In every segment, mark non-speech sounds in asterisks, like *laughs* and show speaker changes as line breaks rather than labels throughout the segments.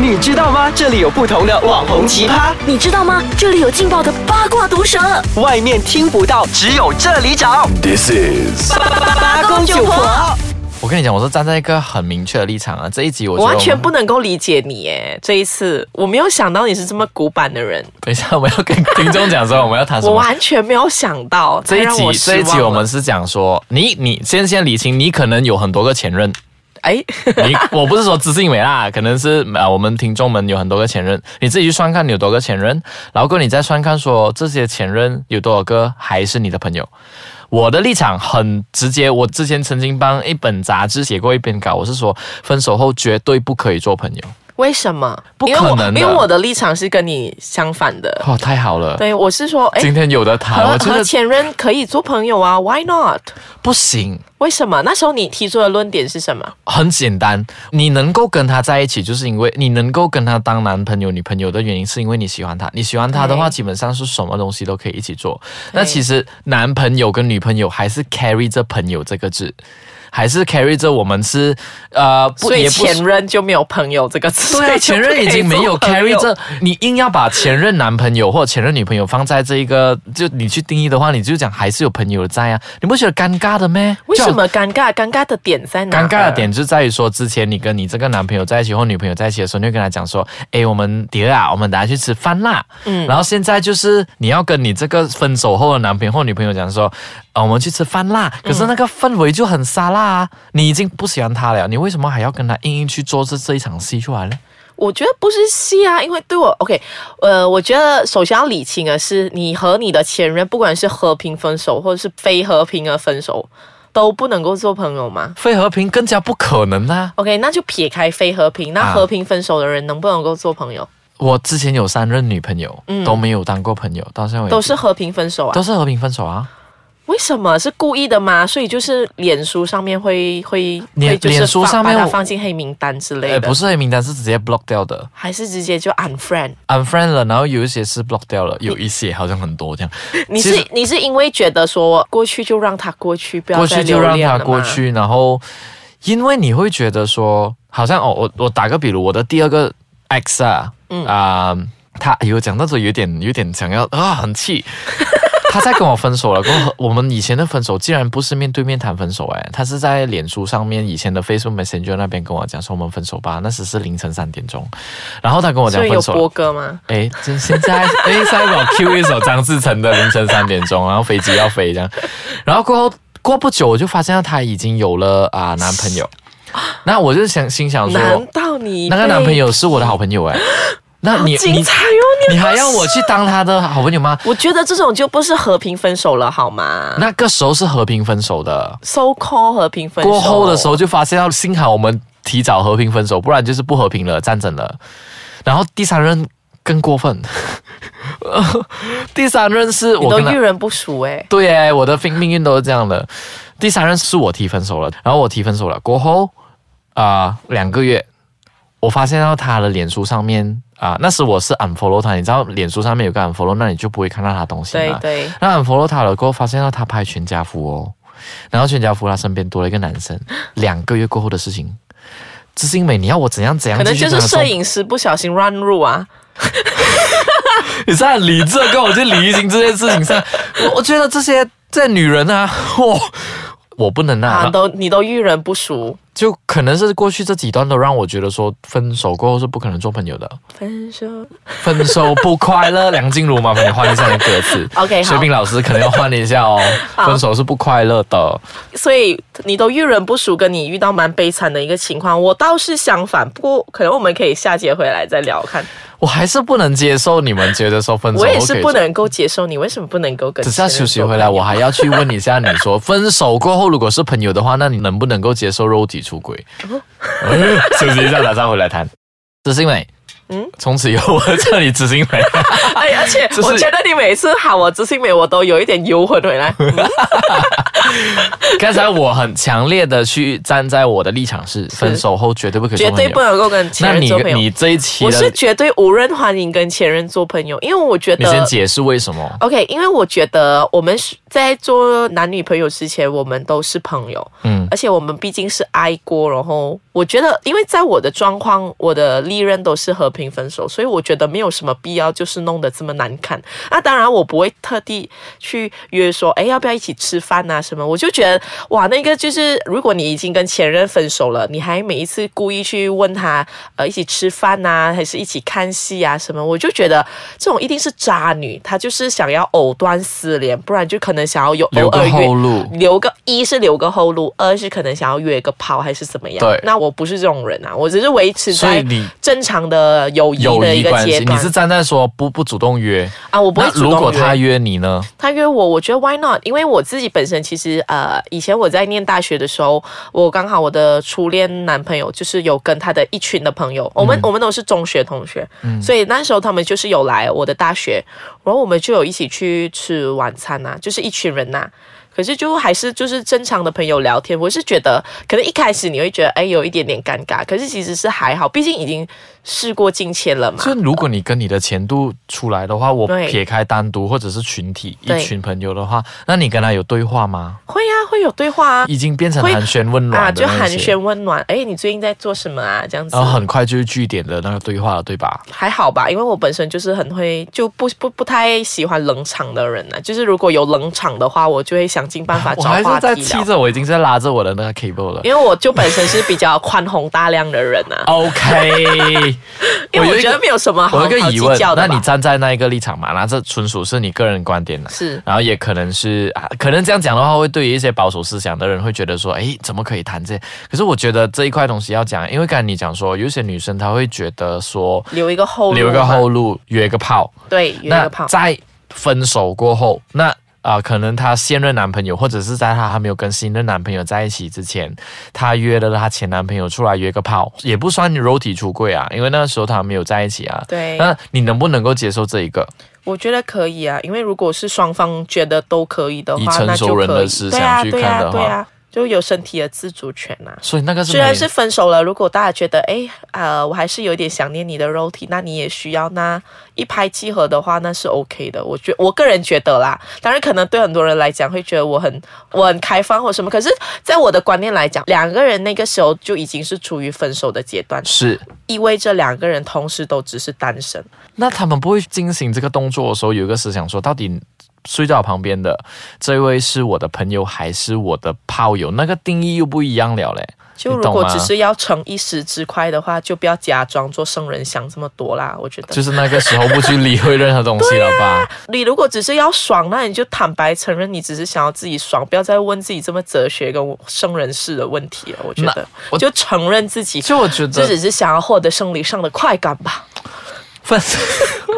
你知道吗？这里有不同的网红奇葩，
你知道吗？这里有劲爆的八卦毒舌，
外面听不到，只有这里找。
This is
八公九婆，
我跟你讲，我是站在一个很明确的立场啊。这一集我觉
我
得
完全
们
不能够理解你耶！这一次我没有想到你是这么古板的人，
等一下我们
*laughs*
要跟听众讲说我们要谈什
我
么。
完全没有想到。
这一
太让
集
失
这一
望
集
了
我们是讲说，你你先先理清，你可能有很多个前
*laughs*
任。
哎，
你我不是说知性美啦，可能是呃我们听众们有很多个前任，你自己去算看你有多个前任，然后过后你再算看说这些前任有多少个还是你的朋友。我的立场很直接，我之前曾经帮一本杂志写过一篇稿，我是说分手后绝对不可以做朋友。
为什么？
不
因为我
可能的
因为我的立场是跟你相反的。
哦，太好了，
对，我是说，哎
今，天有的谈，
和
我觉
和
得
前任可以做朋友啊？Why not？
不行。
为什么？那时候你提出的论点是什么？
很简单，你能够跟他在一起，就是因为你能够跟他当男朋友、女朋友的原因，是因为你喜欢他。你喜欢他的话，
对
基本上是什么东西都可以一起做。那其实男朋友跟女朋友还是 carry 着“朋友”这个字，还是 carry 着我们是呃，不
所以
也不
前任就没有朋友这个词。
对
所
啊，
*laughs* 以就
前任已经
*laughs*
没有
不可以做朋
carry
友
这，你硬要把前任男朋友或者前任女朋友放在这一个，就你去定义的话，你就讲还是有朋友在啊，你不觉得尴尬的咩？
为
就好
什么尴尬？尴尬的点在哪？
尴尬的点就在于说，之前你跟你这个男朋友在一起或女朋友在一起的时候，你会跟他讲说，诶，我们迪儿啊，我们等下去吃饭啦。嗯，然后现在就是你要跟你这个分手后的男朋友或女朋友讲说，呃，我们去吃饭啦。
嗯
可是那个氛围就很沙拉啊，你已经不喜欢他了，你为什么还要跟他硬硬去做这这一场戏出来呢？
我觉得不是戏啊，因为对我 OK，呃，我觉得首先要理清的是，你和你的前任，不管是和平分手或者是非和平的分手，都不能够做朋友吗
非和平更加不可能啊啦、
？OK，那就撇开非和平，那
啊
和平分手的人能不能够做朋友？
我之前有三任女朋友，都没有当过朋友，到现在为止
嗯都是和平分手啊
都？是和平分手啊。
为什么是故意的吗？所以就是脸书上面会会
脸
会就是
脸书
放
上面
把它
我
放进黑名单之类
诶，
的，
哎不是黑名单，是直接 block 掉的。
还是直接就 unfriend？
unfriend 了，然后有一些是 block 掉了，有一些好像很多这样。
*laughs* 你
其实
是你是因为觉得说过去就让它过去，不要
过
再
去就
留
让
恋
它
了
过
吗
去，然后因为你会觉得说，好像哦，我我打个比如，我的第二个 X 啊，嗯啊、他有讲到这有点有点想要啊，很
*laughs*
气。他在跟我分手了，跟我我们以前的分手竟然不是面对面谈分手、诶，哎，他是在脸书上面以前的 Facebook Messenger 那边跟我讲说我们分手吧，那时是凌晨三点钟，然后他跟我讲
所以有
哦分手了
波哥吗？
哎，就现在， *laughs* 哎，现在我 Q 一首张志成的《凌晨三点钟》，然后飞机要飞这样，然后过后过不久，我就发现她已经有了啊、男朋
*gasps*
友，那我就想心想说，
难道你
那个
被
男朋友是我的好朋友哎、
*laughs*
那你
精
你
彩哦你
你
的
还要我去当他的好朋友
*laughs*
吗？
我觉得这种就不是和平分手了，好吗
那个时候是和平分手的，
？So call 和平分手
过后的时候，就发现到，幸好我们提早和平分手，不然就是不和平了，战争了。然后第三任更过分， *laughs* 第三任是
你
我
都
跟他
遇人不淑哎、
对耶，我的命命运都是这样的。第三任是我提分手了，然后我提分手了过后啊、两个月，我发现到他的脸书上面啊、那时我是 unfollow 他，你知道脸书上面有个 unfollow，那你就不会看到他东西
对
嘛。
对，
那 unfollow 他了过后，发现到他拍全家福哦，然后全家福他身边多了一个男生，两个月过后的事情。知心美，你要我怎样怎样？
可能就是摄
影。
影师不小心乱入啊，
你在理这跟我去理性这件事情上，我我觉得这些这女人啊， *laughs* 我我不能啊
啊，都你都遇人不淑，
就可能是过去这几段都让我觉得说，分手过后是不可能做朋友的，
分手
分手不快乐。梁静茹，麻烦你换一下你的歌词。
*laughs* OK
水
好
平，老师可能要换一下
*laughs*
哦，分手是不快乐的。
所以你都遇人不淑，跟你遇到蛮悲惨的一个情况，我倒是相反，不过可能我们可以下节回来再聊看，
我还是不能接受你们觉得说分手
我也
后可
是
以
不能够接受你为什么不能够跟
等下
前任
休息
做
回
朋
来，
友
我还要去问一下你说，分手过后如果是朋友的话，那你能不能够接受肉体出轨？
哦 *laughs*
休息一下，打算回来谈。知心美，嗯
嗯，
从此以后我叫你知心
*laughs*
美。
哎，而且
就是
我觉得你每次喊我知性美，我都有一点游魂
*laughs*
回来。
刚才我很强烈的去站在我的立场是，分手后绝对不可以
绝
做朋
对不
友。
能够跟前
那
任
你
做朋友
你。这一期
我是
的，
绝对无人欢迎跟前任做朋友，因为我觉
你先
得。
解释为什么？
OK，因为我觉得我们是在做男女朋友之前，我们都是朋友，
嗯
而且我们毕竟是爱过，然后我觉得，因为在我的状况，我的历任都是和平分手，所以我觉得没有什么必要，就是弄得这么难看。那当然，我不会特地去约说，哎，要不要一起吃饭啊什么？我就觉得，哇，那个就是，如果你已经跟前任分手了，你还每一次故意去问他，呃，一起吃饭啊，还是一起看戏啊什么，我就觉得这种一定是渣女，她就是想要藕断丝连，不然就可能想要有偶
留个
尔约
后路
留个一是留个后路，二是可能想要约个炮还是怎么样。
对
那我不是这种人啊，我只是维持
所以
在
你
正常的友谊
友
的一
谊
个
关
阶
系，你
段。
是站在说不不主动约
啊，我不会
那
主动
如果
约
他约你呢？
他约我，我觉得 why not？因为我自己本身其实呃，以前我在念大学的时候，我刚好我的初恋男朋友就是有跟他的一群的朋友，我们、我们都是中学同学，所以那时候他们就是有来我的大学，然后我们就有一起去吃晚餐呐、就是一群人呐、啊可是就还是就是正常的朋友聊天，我是觉得可能一开始你会觉得哎有一点点尴尬，可是其实是还好，毕竟已经事过境迁了嘛。
就如果你跟你的前度出来的话，我
对
撇开单独或者是群体
对
一群朋友的话，那你跟他有对话吗？
会啊，会有对话啊，
已经变成
会
寒暄问
啊，
暖的
就
那
寒
些
暄温暖。哎，你最近在做什么啊？这样子
然后很快就是据点的那个对话了，对吧？
还好吧，因为我本身就是很会，就不不不太喜欢冷场的人啊。就是如果有冷场的话，我就会想尽办法
*laughs* 我
找
还
话
是在
题
气
聊。
着，我已经在拉着我的那个 cable 了。
因为我就本身是比较宽宏大量的人啊，
OK，
*laughs* 因为
有
我
一
觉
个
得没有什么好
我有一
好
个疑
计
问，
较
那
的
你
吧。
站在那一个立场嘛？那这纯属是你个人观点呢、
是
然后也可能是啊，可能这样讲的话，会对于一些保守思想的人会觉得说，哎，怎么可以谈这？可是我觉得这一块东西要讲，因为刚才你讲说，有一些女生她会觉得说，
留一个后路嘛，
留一个后路，约个炮，
对，约一个炮
那。在分手过后，那啊、呃可能她现任男朋友，或者是在她还没有跟新任男朋友在一起之前，她约了她前男朋友出来约个炮，也不算肉体出柜啊，因为那时候她还没有在一起啊。
对，
那你能不能够接受这一个？
我觉得可以啊，因为如果是双方觉得都可以的
以
话，
成
那就
熟人
可
的
以。
思
对
想
啊，
去
对
看
啊
的，
对
话
啊，就有身体的自主权啊。
所以那个是
虽然
没
是分手了，如果大家觉得哎啊、我还是有点想念你的肉体，那你也需要那一拍即合的话，那是 OK 的。我觉我个人觉得啦，当然可能对很多人来讲会觉得我很我很开放或什么，可是在我的观念来讲，两个人那个时候就已经是处于分手的阶段，
是。
意味着两个人同时都只是单身。
那他们不会进行这个动作的时候，有一个思想说，到底睡在我旁边的这位是我的朋友还是我的炮友？那个定义又不一样了嘞。
就
你
如
懂
果
吗
只是要逞一时之快的话，就不要假装做圣人想这么多啦。我觉得
就是那个时候不去理会任何东西了吧？
你如果只是要爽，那你就坦白承认你只是想要自己爽，不要再问自己这么哲学跟生人事的问题了。我觉得
我，
就承认自己，
就我觉
这
得
只是想要获得生理上的快感吧。
分，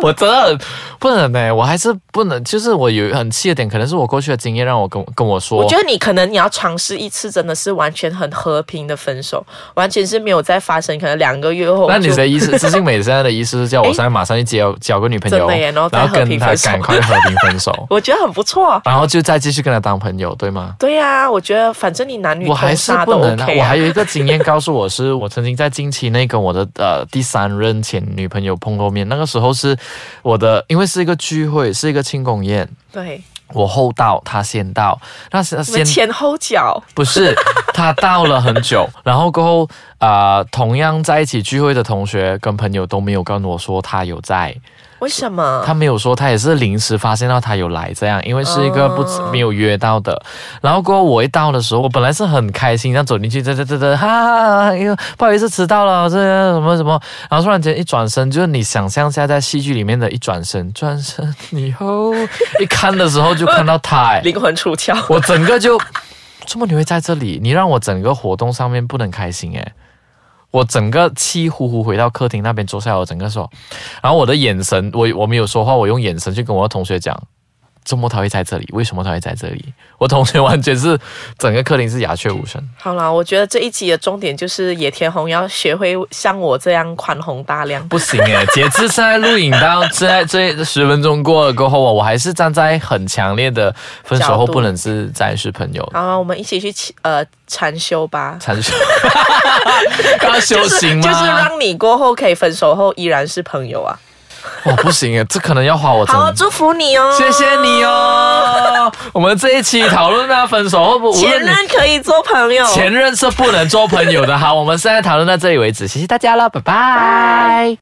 我真的很不能呢、我还是不能。就是我有很气的点，可能是我过去的经验让我跟跟我说，
我觉得你可能你要尝试一次，真的是完全很和平的分手，完全是没有再发生，可能两个月后
那你
就
的意思，知性美现在的意思是叫我
*laughs* 诶
现在马上去交交个女朋友，
真的耶然后再和
跟
平
他
分手，
赶快和平分手
*laughs* 我觉得很不错啊。
然后就再继续跟他当朋友，对吗？
对呀、啊，我觉得反正你男女
我还
通
是
杀
不
都
能、
OK
我还
啊。
有一个经验告诉我是， *laughs* 我曾经在近期内跟我的呃第三任前女朋友碰过面，那个时候是我的，因为是一个聚会，是一个庆功宴，
对，
我后到，他先到，那
*laughs*
是
你们
先
前后脚
不是，他到了很久，然后过后啊、呃同样在一起聚会的同学跟朋友都没有跟我说他有在，
为什么？
他没有说，他也是临时发现到他有来这样，因为是一个不知、
哦
没有约到的。然后过后我一到的时候，我本来是很开心，这样走进去，这这这这，哈哈哈哈，哎呦，不好意思迟到了，这什么什么。然后突然间一转身，就是你想象一下在戏剧里面的一转身，转身以后一看的时候就看到他、哎，
灵魂出窍。
*laughs* 我整个就，怎么你会在这里？你让我整个活动上面不能开心哎、我整个气呼呼回到客厅那边坐下来，我整个说，然后我的眼神，我我没有说话，我用眼神去跟我的同学讲，周末他会在这里，为什么他会在这里？我同学完全是整个客厅是鸦雀无声。
好啦，我觉得这一集的重点就是野田红要学会像我这样宽宏大量。
不行哎，截至现在录影到现在这十分钟过了过后啊，我还是站在很强烈的分手
角
后
度
不能是再是朋友
好啦，啊我们一起去祈呃禅修吧，
禅 *laughs* 修，要修行吗？
就是让你过后可以分手后依然是朋友啊。
*laughs* 哇，不行耶，这可能要花我真
好，祝福你哦，
谢谢你。哦。我们这一期讨论到分手后不，无
*laughs* 前
论你
任哦可以做朋友，
前任是不能做朋友的。好，我们现在讨论到这里为止，谢谢大家了，拜拜。